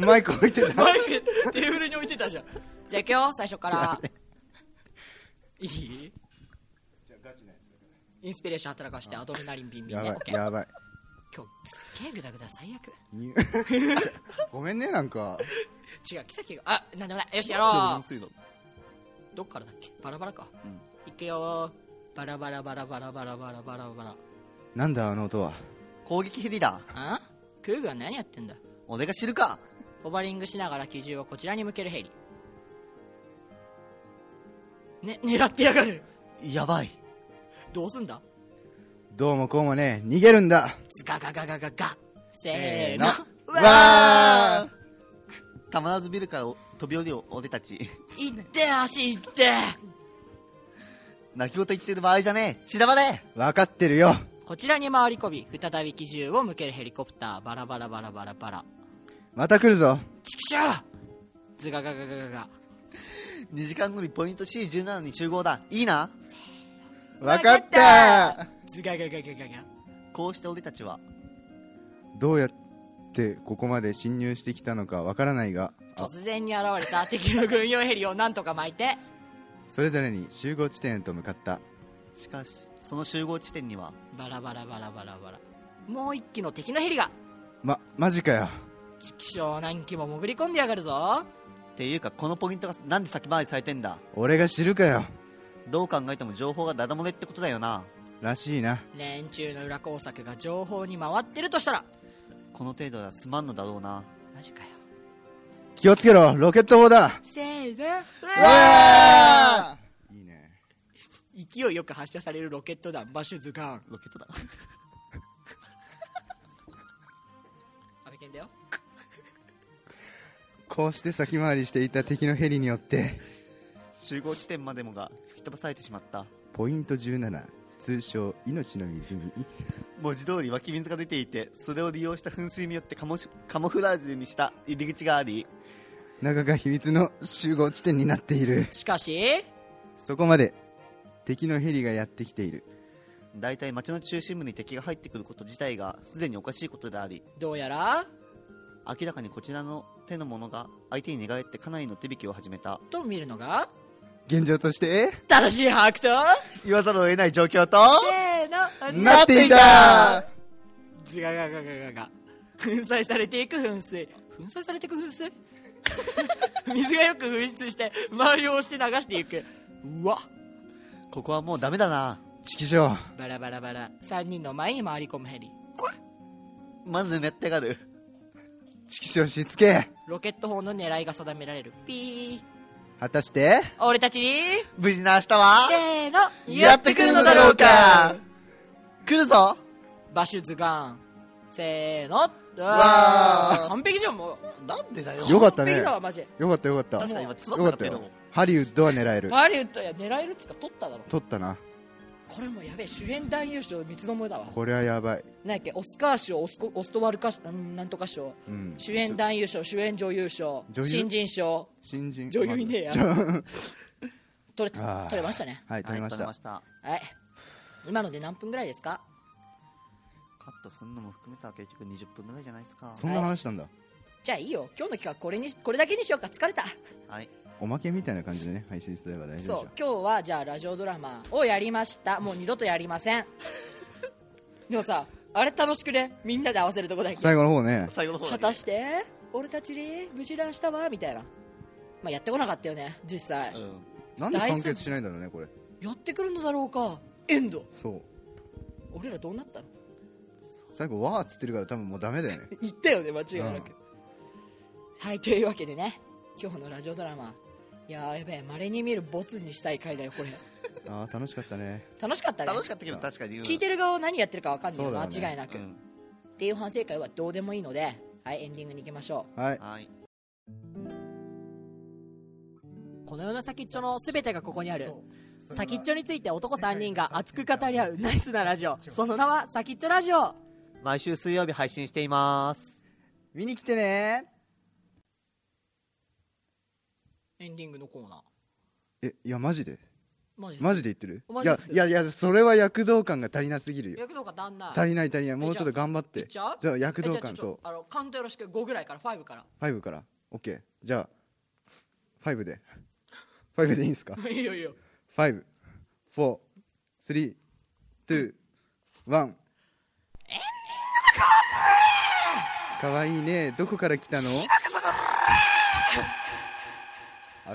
S1: のマイク
S2: マイク置いてた
S1: マイクテーブルに置いてたじゃんじゃあ行くよ最初からいいインスピレーション働かしてアドレナリンビンビン
S2: や
S1: ね
S2: ば
S1: オ
S2: い
S1: ッケー
S2: やばい
S1: 今日すっげえグダグダ最悪
S2: にごめんねなんか
S1: 違う奇跡があなんでもないよしやろ
S3: 水の
S1: うどっからだっけバラバラか、
S3: ん
S1: いくよバラバラバラバラバラバラバラバラ
S2: なんだあの音は
S3: 攻撃ヘリだ
S1: あクーグは何やってんだ
S3: 俺が知るか
S1: ホバリングしながら機銃をこちらに向けるヘリね狙ってやがる
S3: やばい
S1: どうすんだ
S2: どうもこうもね逃げるんだ
S1: ズガガガガガガせーの
S2: わ
S3: たまらずビルから飛び降りる俺たち
S1: いって足いって
S3: 泣き言言ってる場合じゃねえ散らばれ
S2: ーわかってるよ
S1: こちらに回り込み再び機銃を向けるヘリコプターバラバラバラバラバラ
S2: また来るぞ
S1: チキショーズガガガガガガ
S3: 2時間後にポイント C17 に集合だいいな
S2: わかった
S1: ズガガガガガガ
S3: こうして俺たちは
S2: どうやってここまで侵入してきたのかわからないがあ
S1: 突然に現れた敵の軍用ヘリをなんとか巻いて
S2: それぞれに集合地点へと向かった
S3: しかしその集合地点には
S1: バラバラバラバラバラもう一機の敵のヘリが
S2: まマジかよ
S1: チキショー何機も潜り込んでやがるぞ
S3: っていうかこのポイントがなんで先回りされてんだ
S2: 俺が知るかよ
S3: どう考えても情報がダダ漏れってことだよな
S2: らしいな
S1: 連中の裏工作が情報に回ってるとしたら
S3: この程度ではすまんのだろうな
S1: マジかよ
S2: 気をつけろロケット砲だ
S1: せーの
S2: いいね
S1: 勢いよく発射されるロケット弾バシュズガン
S3: ロケットだ
S1: 安倍健だよ
S2: こうして先回りしていた敵のヘリによって
S3: 集合地点までもが吹き飛ばされてしまった
S2: ポイント17通称命の湖
S3: 文字通り湧き水が出ていてそれを利用した噴水によってカモシカモフラージュにした入り口があり
S2: 中が秘密の集合地点になっている
S1: しかし
S2: そこまで敵のヘリがやってきている
S3: 大体町の中心部に敵が入ってくること自体がすでにおかしいことであり
S1: どうやら
S3: 明らかにこちらの手の者が相手に寝返ってかなりの手引きを始めた
S1: と見るのが
S2: 現状として
S1: 正しい把握と
S3: 言わざるを得ない状況と
S1: せーの
S2: なっていた
S1: ズガガガガガガ粉砕されていく噴水粉砕されていく噴 水水がよく噴出して周りを押して流していくうわ
S3: ここはもうダメだな
S2: 指揮所
S1: バラバラバラ3人の前に回り込むヘリ
S3: まず寝ってがる
S2: 指揮所しつけ
S1: ロケット砲の狙いが定められるピー
S2: 果たして
S1: 俺たちに
S3: 無事な明日は
S1: せーの
S3: やってくるのだろうか来るぞ
S1: バシュズガンせーの
S3: わ
S1: 完璧じゃんも
S3: なんでだよ
S2: よかった
S4: ビ
S2: ね
S4: ザはマジで
S2: よかったよかった
S3: 確かに今
S2: よ
S3: 詰
S2: か
S3: ま
S2: っ
S3: った
S2: た
S3: けど
S2: よ
S3: も
S2: ハリウッドは狙え
S1: う
S2: る
S1: ハリウッドや狙えるっつうか取っただろ
S2: 取ったな
S1: これもうやべえ主演男優賞三つどもえだわ
S2: これはやばい
S1: なんやっけオスカー賞オスコオストワルカ賞うんなんとか賞、
S2: うん
S1: 主演男優賞主演女優賞
S2: 女優
S1: 新人賞
S2: 新人
S1: 女優いねえや取れ
S2: あ
S1: た
S2: ー
S1: 取れましたね
S2: はい取れまし
S3: はい
S2: た
S1: はい今ので何分ぐらいですか
S3: カットすんのも含めたら結局20分ぐらいじゃないですか
S2: そんな話したんだ
S1: じゃあいいよ今日の企画これにこれだけにしようか疲れた
S3: はい
S2: おまけみたいな感じでね配信すれば大丈
S1: そ
S2: 夫
S1: う今日はじゃあラジオドラマをやりましたもう二度とやりま せんでもさあれ楽しくねみんなで合わせるとこだけ
S2: じゃん最後の方ね
S3: 最後の方
S1: 果
S3: だ
S1: た
S3: け
S1: して俺たちに無事な明日はみたいな、まあ、やってこなかったよね実際、
S3: うん
S2: なんで完結しないんだろうねこれ
S1: やってくるのだろうか
S4: エンド
S2: そう
S1: 俺らどうなったの
S2: 最後わーっつってるから多分もうダ メだよね
S4: 言ったよね間違いなく
S1: はいというわけでね今日のラジオドラマいやーやべえまれに見るボツにしたい回だよこれ
S2: ああ楽しかったね
S1: 楽しかったね
S3: 楽しかったけど確かに
S1: 聞いてる側は何やってるか分かんない、
S2: そうだよね
S1: 間違いなく、
S3: う
S1: っ
S3: ん
S1: ていう反省会はどうでもいいのではいエンディングに行きましょう
S2: はい
S3: はい
S1: この世の先っちょの全てがここにある先っちょについて男3人が熱く語り合うナイスなラジオその名は先っちょラジオ
S3: 毎週水曜日配信しています
S2: 見に来てね
S1: エンディングのコーナー
S2: えいやマジで
S1: マジっす
S2: マジで言ってる
S1: マ
S2: い
S1: ジっ
S2: や
S1: す
S2: いやいやそれは躍動感が足りなすぎるよ
S1: 躍動感足んない
S2: 足りない足りないもう
S1: え
S2: ち
S1: じ
S2: ょ
S1: ゃ
S2: っ
S1: あ
S2: と頑張って
S1: いっちゃう
S2: じゃあ躍動
S1: えじゃあ
S2: 感
S1: ちょっ
S2: そ
S1: とあのカウントよろしく5ぐらいから5から
S2: う5からオッケーじゃあ5で5でいいんですか
S1: いいよいいよ
S2: 54321かわいいねどこから来たのあ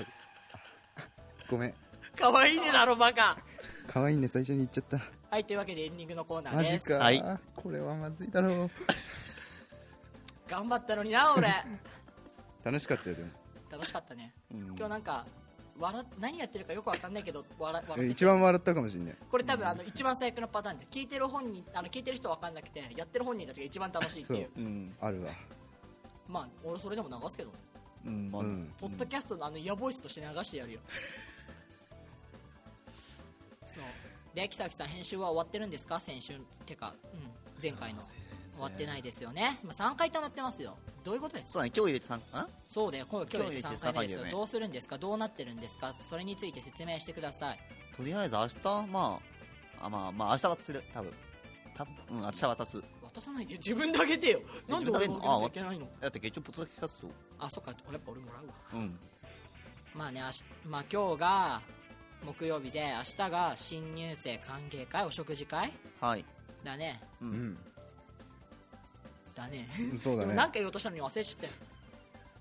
S2: ごめん
S1: かわいいねだろバカ
S2: かわいいね最初に言っちゃった
S1: はいというわけでエンディングのコーナ
S2: マ
S1: ーで
S2: ジ
S1: す
S2: か、
S3: はい
S2: これはまずいだろう
S1: 頑張ったのにな俺
S2: 楽しかったよでも
S1: 楽しかったね
S3: うん
S1: 今日なんか笑何やってるかよくわかんないけど笑笑
S2: え
S1: って
S2: 一番笑ったかもしんない
S1: これ多分あの一番最悪のパターンで聞いてる本人あの聞いてる人は分かんなくてやってる本人たちが一番楽しいっていう
S2: そう
S3: うん
S2: あるわ
S1: まあ俺それでも流すけどね
S3: うんまあ
S2: うん
S1: ポッドキャストのあのイヤボイスとして流してやるよそうで木崎さん編集は終わってるんですか先週てか、うん、前回の終わってないですよね今3回溜まってますよどういうことですか
S3: そうだね今日入れて3あ
S1: そうだよ今日今
S3: 今
S1: 日
S3: 日
S1: で
S3: で
S1: 3回目ですよ
S3: 三回目だよね
S1: どうするんですかどうなってるんですかそれについて説明してください
S3: とりあえず明日まああまあまあ明日渡せる多分多分うん明日渡す
S1: 渡さないで自分であげてよなんで俺があげなきゃいけないの
S3: だって結局ポッドキャスト
S1: あそっか俺やっぱ俺もらうわ
S3: うん
S1: まあね明日まあ今日が木曜日で明日が新入生歓迎会お食事会
S3: はい
S1: だね
S3: う
S2: うんん
S1: だね
S2: そうだ
S1: でも
S2: ね
S1: なんか言おうとしたのに忘れちゃったよ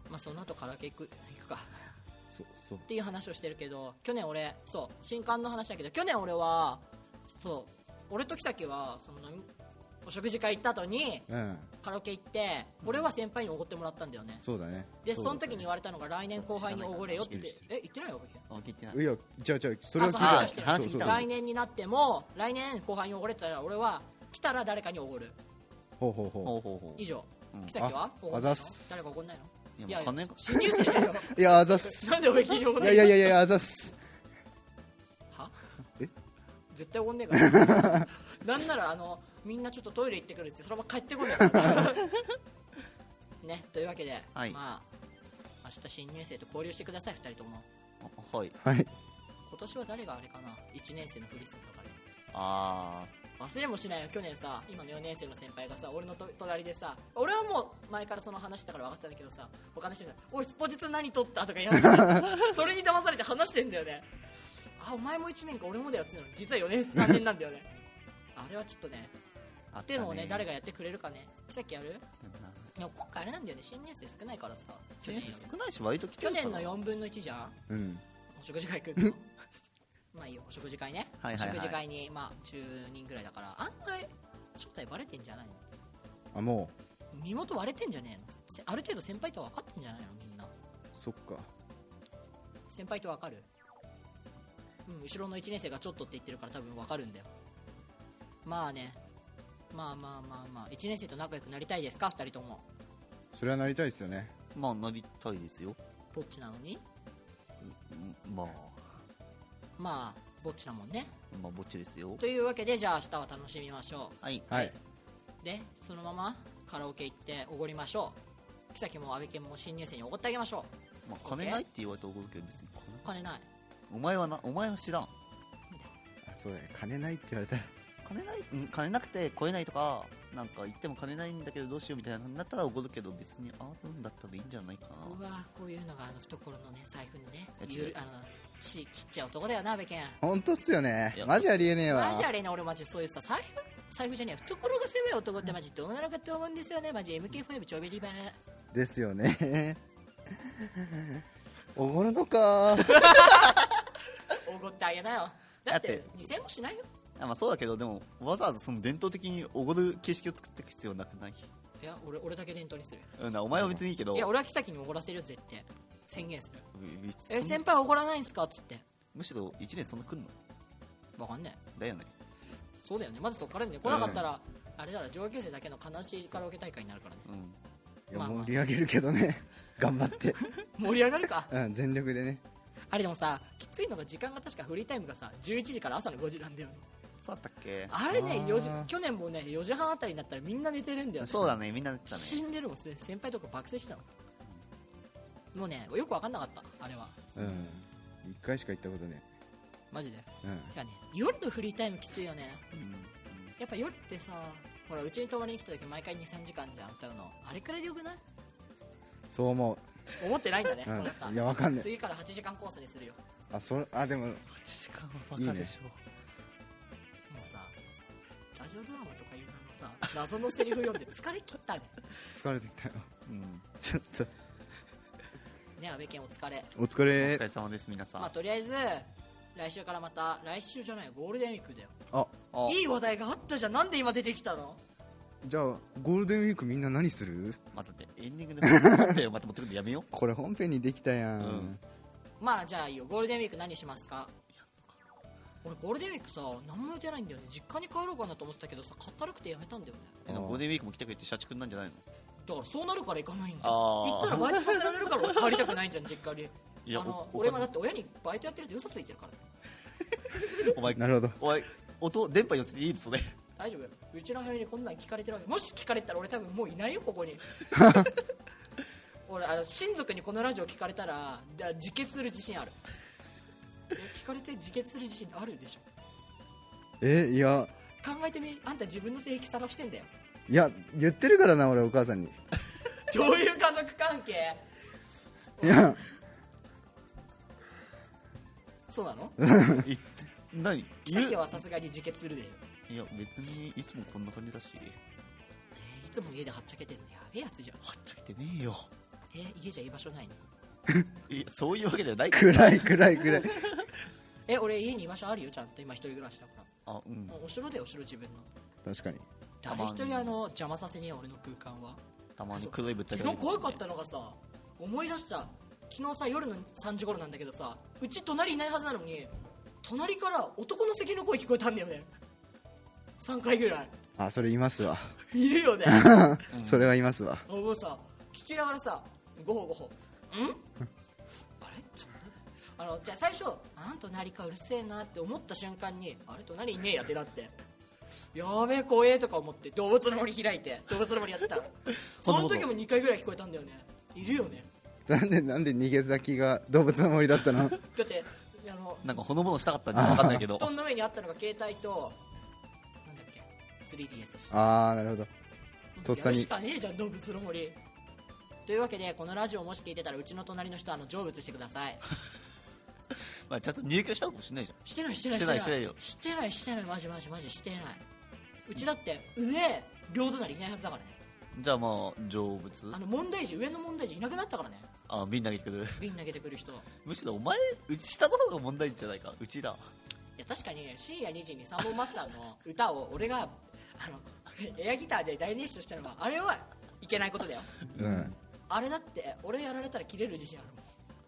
S1: まあその後カラオケ行く行くかっ
S2: そうそう
S1: ていう話をしてるけど去年俺そう新刊の話だけど去年俺はそう俺と木崎はその飲みお食事会行った後に
S2: うん
S1: カラオケ行って俺は先輩におごってもらったんだよね
S2: そうだね
S1: で
S2: う
S1: そ
S2: だ
S1: の時に言われたのが来年後輩におごれよって
S2: 知って
S1: え言ってないよ僕
S3: あ聞いてない
S2: いやじゃあじゃあそれは聞い
S1: あ
S2: た
S1: そう
S3: 話
S2: そう
S3: 聞
S2: そ
S3: いう
S2: そ
S3: た
S2: う
S1: 来年になっても来年後輩におごれって言ったら俺は来たら誰かにおごる
S2: ほうほうほ
S3: ほうほうほう
S1: 以上
S3: うん
S1: 木崎は
S2: あ
S1: おごんないの
S2: あざっす
S1: 誰かおごんないの
S3: いやもう金が
S1: 新入生 だよ
S2: ういやあざっす
S1: なんで俺におごん
S2: い
S1: な
S2: や
S1: い
S2: いや
S1: の
S2: いやいやあざっす
S1: は
S2: え
S1: 絶対おごんねえから なんならあのみんなちょっとトイレ行ってくる ってそのまま帰ってこないねというわけで、
S3: はい
S1: まあ明日新入生と交流してください2人とも
S3: あはい
S2: はい
S1: 今年は誰があれかな1年生のフリスとかで
S3: あ
S1: 忘れもしないよ去年さ今の4年生の先輩がさ俺のと隣でさ俺はもう前からその話だから分かってたんだけどさ他の人にさ「おいスポジツ何取った?」とかやってさそれに騙されて話してんだよねあお前も1年か俺もだよっつうのに実は4年3年なんだよねあれはちょっとね
S3: ーあっ
S1: でもね誰が
S3: や
S1: やってくれるかねさっきやるでも今回あれなんだよね新年生少ないからさ
S3: 1年生少ないし割と来て
S1: 去
S3: るかな
S1: 年の4分の1じゃん
S2: うん
S1: お食事会来るのまあいいよお食事会ね、
S3: はいはいはい
S1: お食事会に、まあ、10人ぐらいだから案外正体バレてんじゃないの
S2: あも
S1: 身元割れてんじゃねえのせある程度先輩とは分かってんじゃないのみんな
S2: うそっか
S1: 先輩と分かるうん後ろの1年生がちょっとって言ってるから多分分かるんだよまあねまあまあまあまあ1年生と仲良くなりたいですか2人とも
S2: それはなりたいですよね
S3: まあなりたいですよ
S1: ぼっちなのに
S3: うんまあ
S1: まあぼっちだもんね
S3: まあぼっちですよ
S1: というわけでじゃあ明日は楽しみましょ
S3: はい
S2: はい
S1: いうでそのままカラオケ行っておごりましょう木崎も阿部健も新入生におごってあげましょう
S3: まあ金ないって言われて怒るけど別に金
S1: お金ない
S3: お前はなお前は知らん
S2: あそうだね金ないって言われたら
S3: 金ないうん金なくて超えないとかなんか言っても金ないんだけどどうしようみたいなのになったら怒るけど別にあるんだったらいいんじゃないか
S1: う
S3: な
S1: わこういうのがあの懐のね財布のね
S3: え
S1: ゆる
S3: 違う
S1: あのちちっちゃい男だよな阿部健
S2: 本当っすよね
S3: いや
S2: マジありえねえわ
S1: マジあれね俺マジそういうさ財布財布じゃねえ懐が狭い男ってマジどうなのかと思うんですよねマジ MK5 ちょびりば
S2: ですよ ねおごるのか
S1: おごってあげなよだ
S3: だ
S1: っ
S3: って
S1: て2000円もしないよ
S3: あまあそうだけどでもわざわざその伝統的におごる形式を作っていく必要なくない
S1: いや俺俺だけ伝統にする
S3: うんなお前は別にいいけど
S1: いや俺は木崎におごらせるよ絶対宣言する
S3: 別
S1: え
S3: にそん
S1: 先輩おごらないんすかっつって
S3: むしろ1年そんな来んの
S1: わかんねえ
S3: だよね
S1: そうだよねまずそっからだよね来なかったら、あれだら上級生だけの悲しいカラオケ大会になるからね
S3: うん
S2: いや
S1: まあまあ
S2: 盛り上げるけどね頑張って、
S1: 盛り上がるか
S2: うん、全力でね
S1: あれでもさきついのが時間が確かフリータイムがさ11時から朝の5時なんだよね
S3: そうだったっけ
S1: あれね
S2: あー
S1: 4時去年もね4時半あたりになったらみんな寝てるんだよね
S3: そうだねみんな言ってた
S1: 死
S3: ね
S1: んでるもんね先輩とか爆睡してたのもうねよく分かんなかったあれは
S2: うん一回しか行ったことね
S1: マジで
S2: うん
S1: てかね夜のフリータイムきついよね
S3: うん
S1: やっぱ夜ってさほらうちに泊まりに来た時毎回23時間じゃん歌うのあれくらいでよくない
S2: そう思
S1: 思ってないんだね、
S2: う、
S1: この方
S2: うん、いやわかんない
S1: 次から8時間コースにするよ
S2: あそれあでも
S3: 8時間はバカでしょ
S1: もうさラジオドラマとかいうのさ謎のセリフ読んで疲れ切ったね
S2: 疲れてきたよ
S3: うん
S2: ちょっと
S1: ね安倍健お疲れ
S2: お疲
S3: お
S2: れ
S3: 疲れ様です皆さん
S1: まあとりあえず来週からまた来週じゃないよゴールデンウィークだよ
S2: あ
S3: あ
S1: いい話題があったじゃんなんで今出てきたの
S2: じゃあゴールデンウィークみんな何する
S3: 待ってエンディングで待ってよまた持ってくるのやめよう
S2: これ本編にできたやん、
S3: うん
S1: まあじゃあいいよゴールデンウィーク何しますか俺ゴールデンウィークさ何も予定ないんだよね実家に帰ろうかなと思ってたけどさかったるくてやめたんだよね
S3: えでもゴールデンウィークも来てくれって社畜なんじ ゃないの
S1: だからそうなるから行かないんじゃん
S3: あー
S1: 行ったらバイトさせられるから俺帰りたくないじゃん実家に
S3: いや
S1: あの
S3: おお
S1: 俺今だって親にバイトやってるって嘘ついてるから
S3: お前
S2: なるほど
S3: お前音電波寄せていいそれ
S1: 大丈夫ようちの母親にこんなん聞かれてるわけもし聞かれたら俺多分もういないよここに俺あの親族にこのラジオ聞かれたらだ自決する自信あるえ聞かれて自決する自信あるでしょ
S2: えいや
S1: 考えてみあんた自分の性癖さらしてんだよ
S2: いや言ってるからな俺お母さんに
S1: どういう家族関係
S2: いや
S1: そうなの
S3: え何言
S1: 奇
S3: う
S1: 跡はさすがに自決するでしょ
S3: いや別にいつもこんな感じだし
S1: えーいつも家ではっちゃけてんのやべえやつじゃん
S3: はっちゃけてねえよ
S1: えー家じゃ居場所ないの
S3: いやそういうわけではない
S2: 暗い暗い暗い
S1: え俺家に居場所あるよちゃんと今一人暮らしだか
S3: あうん
S1: らもうお城だよお城自分の
S2: 確かに
S1: 誰一人あの邪魔させねえよ俺の空間は
S3: たまに黒い物体
S1: 昨日怖かったのがさ思い出した昨日さ夜の3時頃なんだけどさうち隣いないはずなのに隣から男の咳の声聞こえたんだよね3回ぐらい
S2: あそれいますわ、
S1: いるよね
S2: それはいますわ
S1: もうさ聞きながらさごほごほんあれちょっとあのじゃあ最初あん隣かうるせえなって思った瞬間にあれ隣いねえやってなってやべえ怖えとか思って動物の森開いて動物の森やってたのその時も2回ぐらい聞こえたんだよねいるよね
S2: なんでなんで逃げ先が動物の森だった の
S1: だってあの
S3: なんかほのぼのしたかったんじゃわかんないけど
S1: 布団の上にあったのが携帯となんだっけ 3DS だし
S2: ああなるほどとっさに
S1: やるしかねえじゃん動物の森というわけでこのラジオをもし聞いてたらうちの隣の人はあの成仏してください
S3: まあちゃんと入居したかもしれないじ
S1: してないしてない
S3: してないしてないよ
S1: してないしてないマジマジマジしてないうちだって上両隣いないはずだからね
S3: ゃんじゃあまあ成仏
S1: あの問題児上の問題児いなくなったからね
S3: あみんなげてくる
S1: 瓶投げてくる人い
S3: むしろお前うち下の方が問題じゃないかうちだ
S1: や確かに深夜2時にサンボマスターの歌を俺があのエアギターで大熱唱したのはあれはいけないことだよ
S2: うん
S1: あれだって俺やられたら切れる自信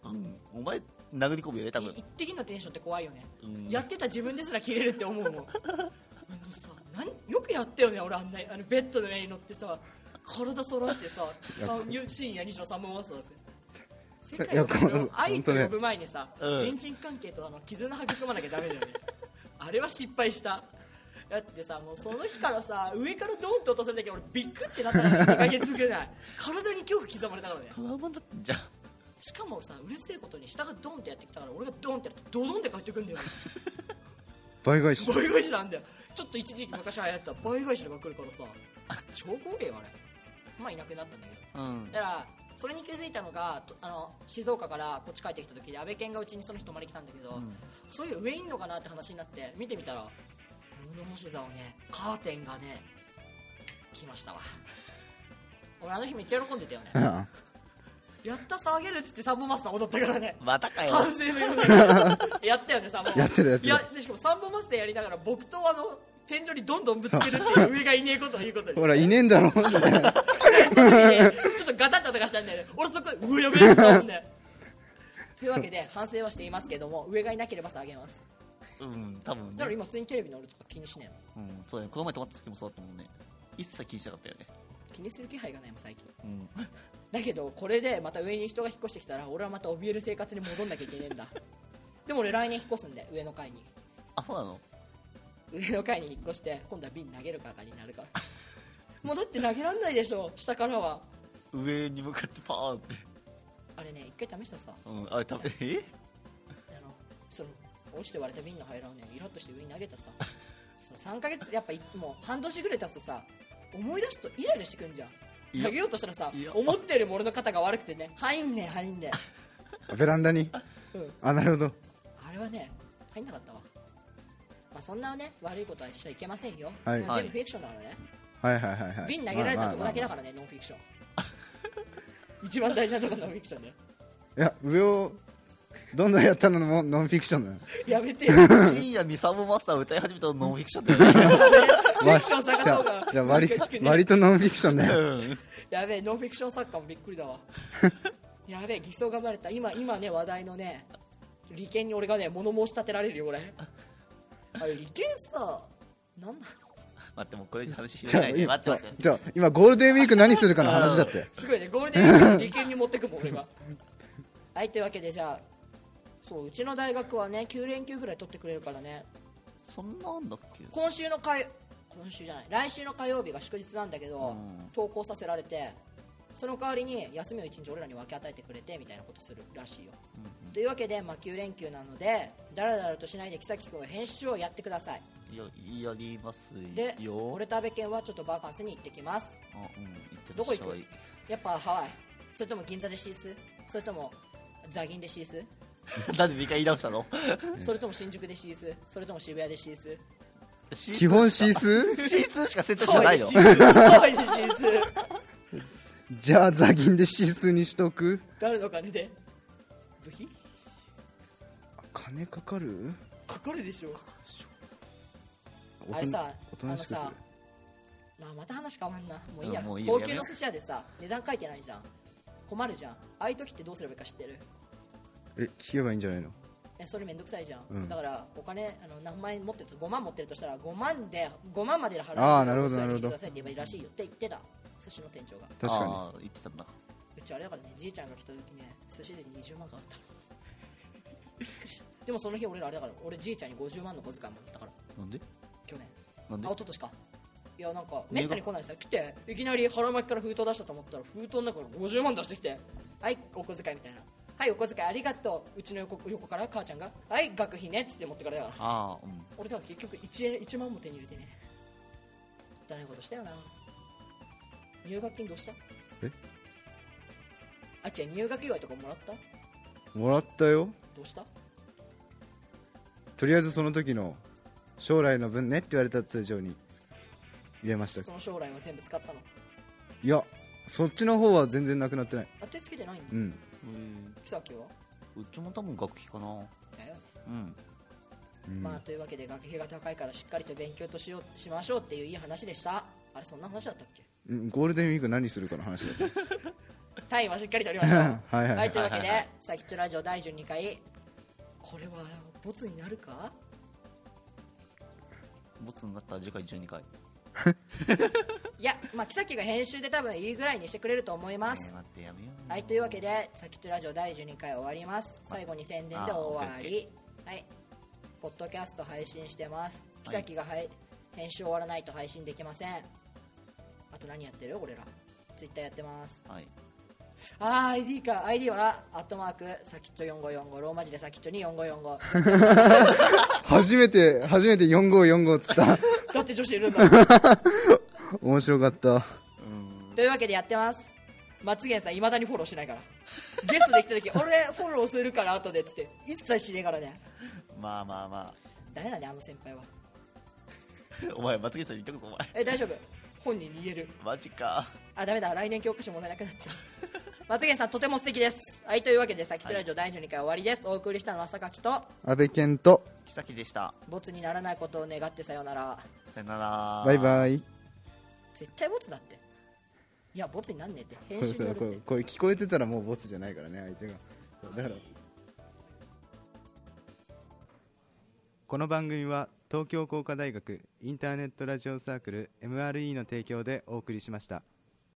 S1: あるもん
S3: うんお前殴り込むよね多分
S1: い一滴のテンションって怖いよね、
S3: うん
S1: やってた自分ですら切れるって思うもんあのさなんよくやったよね俺あんなあのベッドの上に乗ってさ体そらしてささゆ深夜2時の3分マスターですよ世界を
S2: いやこ
S1: 愛
S2: 本
S1: と
S2: 当ね
S1: 呼ぶ前にさ、
S3: うん
S1: レンチン関係とあの絆育まなきゃダメだよねあれは失敗しただってさもうその日からさ上からドンと落とされたけど俺ビックってなったら2ヶ月ぐらい体に恐怖刻まれたからね
S3: トラウマだったんじゃん
S1: しかもさうるせえことに下がドンってやってきたから俺がドンってやってドドンって帰ってくんだよ
S2: 倍返し
S1: 倍返しなんだよちょっと一時期昔流行った倍返しのが来るからさ超怖えよあれまあいなくなったんだけど
S3: うん
S1: だからそれに気づいたのがとあの静岡からこっち帰ってきた時で安倍健がうちにその日泊まり来たんだけど、
S3: ん
S1: そういう上いんのかなって話になって見てみたら物干し竿ねカーテンがね来ましたわ俺あの日めっちゃ喜んでたよね やった騒げるっつってサンボマスター踊ったからね
S3: またかよ
S1: 反省の色だやったよねサンボ
S2: やってたやって
S1: い
S2: た
S1: やでしかもサンボマスターやりながら僕とあの天井にどんどんぶつけるっていう上がいねえことを言うことに
S2: ほらいねえ んだろみたいな
S1: その時ねちょっとガタッととかしたんだよね俺そこでうわやべえっつったもんねというわけで反省はしていますけども上がいなければ下げます
S3: うん多分
S1: だから
S3: ね
S1: 今普通にテレビの俺とか気にしないの
S3: うんそうだねこの前泊まった時もそうだったもんね一切気にしなかったよね
S1: 気にする気配がないもん最近
S3: うん
S1: だけどこれでまた上に人が引っ越してきたら俺はまた怯える生活に戻んなきゃいけねえんだでも俺来年引っ越すんで上の階に
S3: あそうなの
S1: 上の階に引っ越して今度は瓶投げる係になるからもうだって投げらんないでしょ下からは
S3: 上に向かってパーンって
S1: あれね一回試したさ
S3: うんあ食べえ
S1: あのその落ちて割れた瓶の入らんねイラッとして上に投げたさその3ヶ月やっぱいもう半年ぐらい経つとさ思い出すとイライラしてくんじゃん
S3: いや
S1: 投げようとしたらさ
S3: いや
S1: 思ってる俺の肩が悪くてね入んね入んね
S2: ベランダに
S1: うん
S2: あなるほど
S1: あれはね入んなかったわまあそんなね悪いことはしちゃいけませんよ、
S2: はい
S1: まあ
S3: はい
S1: 全部フィクションだからね、
S2: はいはいはいはい
S1: 瓶投げられたとこだけだ
S2: か
S1: からね、ノンフィクション 一番大事なとこノンフィクションね
S2: らいや上をどんどんやったのもノンフィクションだよ
S1: やめてよフ
S3: 深夜にサンボマスター歌い始めたのノンフィクショ ンだよね
S1: ィクション探そうか
S2: じゃあ割
S1: 難しくね
S2: 割とノンフィクションだよ
S3: うん
S1: やべえノンフィクション作家もびっくりだ わやべえ偽装がバレた今今ね話題のね利権に俺がね物申し立てられるよ 俺あれ利権さなんだ
S3: 待ってもうこれ以上話
S2: じ
S3: 広
S2: ゃ
S3: げ
S2: あ
S3: ないで
S2: 今
S3: 待って待って
S2: じゃあ今ゴールデンウィーク何するかの話だって
S1: すごいねゴールデンウィークに利権に持ってくもん 俺がはいというわけでじゃあそううちの大学はね9連休ぐらい取ってくれるからね
S3: そんなんだっけ
S1: 今週の火今週じゃない来週の火曜日が祝日なんだけど、
S3: うん
S1: 投稿させられてその代わりに休みを1日俺らに分け与えてくれてみたいなことするらしいよ、というわけで、まあ、9連休なのでだらだらとしないで木崎君は編集をやってください
S3: ややります
S1: で
S3: よ
S1: 俺と阿部健はちょっとバーカンスに行ってきます
S3: あうん行ってら
S1: ど
S3: っしゃ
S1: こ
S3: い
S1: 行くやっぱハワイそれとも銀座でシースそれともザギンでシース
S3: なんで2回言い直したの
S1: それとも新宿でシースそれとも渋谷でシース
S2: 基本シー
S3: ス
S2: ス
S3: シースしか選択肢
S1: ハ
S3: が
S1: ワ
S3: な
S1: イで
S3: いの
S1: シースハワイでシース
S2: じゃあザギンでシースにしとく
S1: 誰の金で部費
S2: 金かかる
S1: かかるでしょ
S2: お
S1: あ
S2: と
S1: れさ
S2: なおとなしくする
S1: あのさまあ、また話変わんなもういいや,、
S3: うんもういいよ
S1: 高級の寿司屋でさ値段書いてないじゃん困るじゃんああいう時ってどうすればいいか知ってる
S2: え聞けばいいんじゃないの
S1: えそれめんどくさいじゃん、
S2: うん
S1: だからお金あの何万円持ってると5万持ってるとしたら5万で5万までで払う
S2: あーなるほど
S1: お寿司屋に
S2: なるほど
S1: 来てくださいって言えばいいらしいよって言ってた寿司の店長が
S2: 確かに
S3: あー言ってたんだ
S1: うちあれだからねじいちゃんが来た時ね寿司で20万かかったのびっくりしたでもその日俺らあれだから俺じいちゃんに50万の小遣いもらったから
S3: なんで
S1: 去年
S3: なんで
S1: あ一
S3: あ
S1: 昨年かいやなんかめったに来ないさ来ていきなり腹巻きから封筒出したと思ったら封筒の中から50万出してきてはいお小遣いみたいなはいお小遣いありがとううちの横横から母ちゃんがはい学費ねっつって持ってからだから
S3: ああうん
S1: 俺だから結局 1, 円1万も手に入れてねだねことしたよな入学金どうした
S2: え
S1: あっちゃ入学祝いとかもらったど
S2: もらったよ
S1: うした
S2: とりあえずその時の将来の分ねって言われた通常に入れました
S1: その将来は全部使ったの
S2: いやそっちの方は全然なくなってない
S1: あ手つけてないんだ
S2: うん
S3: うん
S1: 来たわけは
S3: うちも多分学費かな
S1: だよね
S3: うん
S2: うん
S1: まあというわけで学費が高いからしっかりと勉強としようしましょうっていういい話でしたあれそんな話だったっけ
S2: うんゴールデンウィーク何するかの話だね
S1: 単位はしっかり取りま しょう
S2: はいはいはい
S1: というわけ
S3: はいはいは
S1: で「さきちょラジオ第12回」これはボツになるか
S3: ボツになったら次回12回
S1: いやまあキサキが編集で多分いいぐらいにしてくれると思いま
S3: え
S1: す
S3: ー待ってやめよう
S1: はいというわけで「さきちょラジオ第12回」終わります最後に宣伝で終わ
S3: あーオッケー
S1: りはいポッドキャスト配信してます
S3: い
S1: キサキがはい編集終わらないと配信できませんあと何やってる俺らツイッターやってます
S3: はい
S1: あー ID か ID はアットマークさきっちょ4545ローマ字でさきっちょに4545
S2: 初めて初めて4545っつった
S4: だって女子いるんだ
S2: 面白かった
S3: うん
S1: というわけでやってますまつげんさんいまだにフォローしないからゲストで来た時俺フォローするから後でっつって一切しねえからね
S3: まあまあ ま
S1: ダメだねあの先輩は
S3: あお前松木さんに言っとくぞお前
S1: え大丈夫本人に言える
S3: マジか
S1: あダメだ来年教科書もらえなくなっちゃうまつげんさんとても素敵ですはいというわけでさきっちょラジオ第12回終わりですお送りしたのはさかきと
S2: 安倍健と
S3: 木崎でした
S1: ボツにならないことを願ってさようなら
S3: さよなら
S2: バイバイ
S1: 絶対ボツだっていやボツになんねえって編
S2: こ
S1: 集
S2: れ
S1: に
S2: さ
S1: よる
S2: こ
S1: っ
S2: れ
S1: て
S2: これ聞こえてたらもうボツじゃないからね相手がそうだからこの番組は東京工科大学インターネットラジオサークル MRE の提供でお送りしました。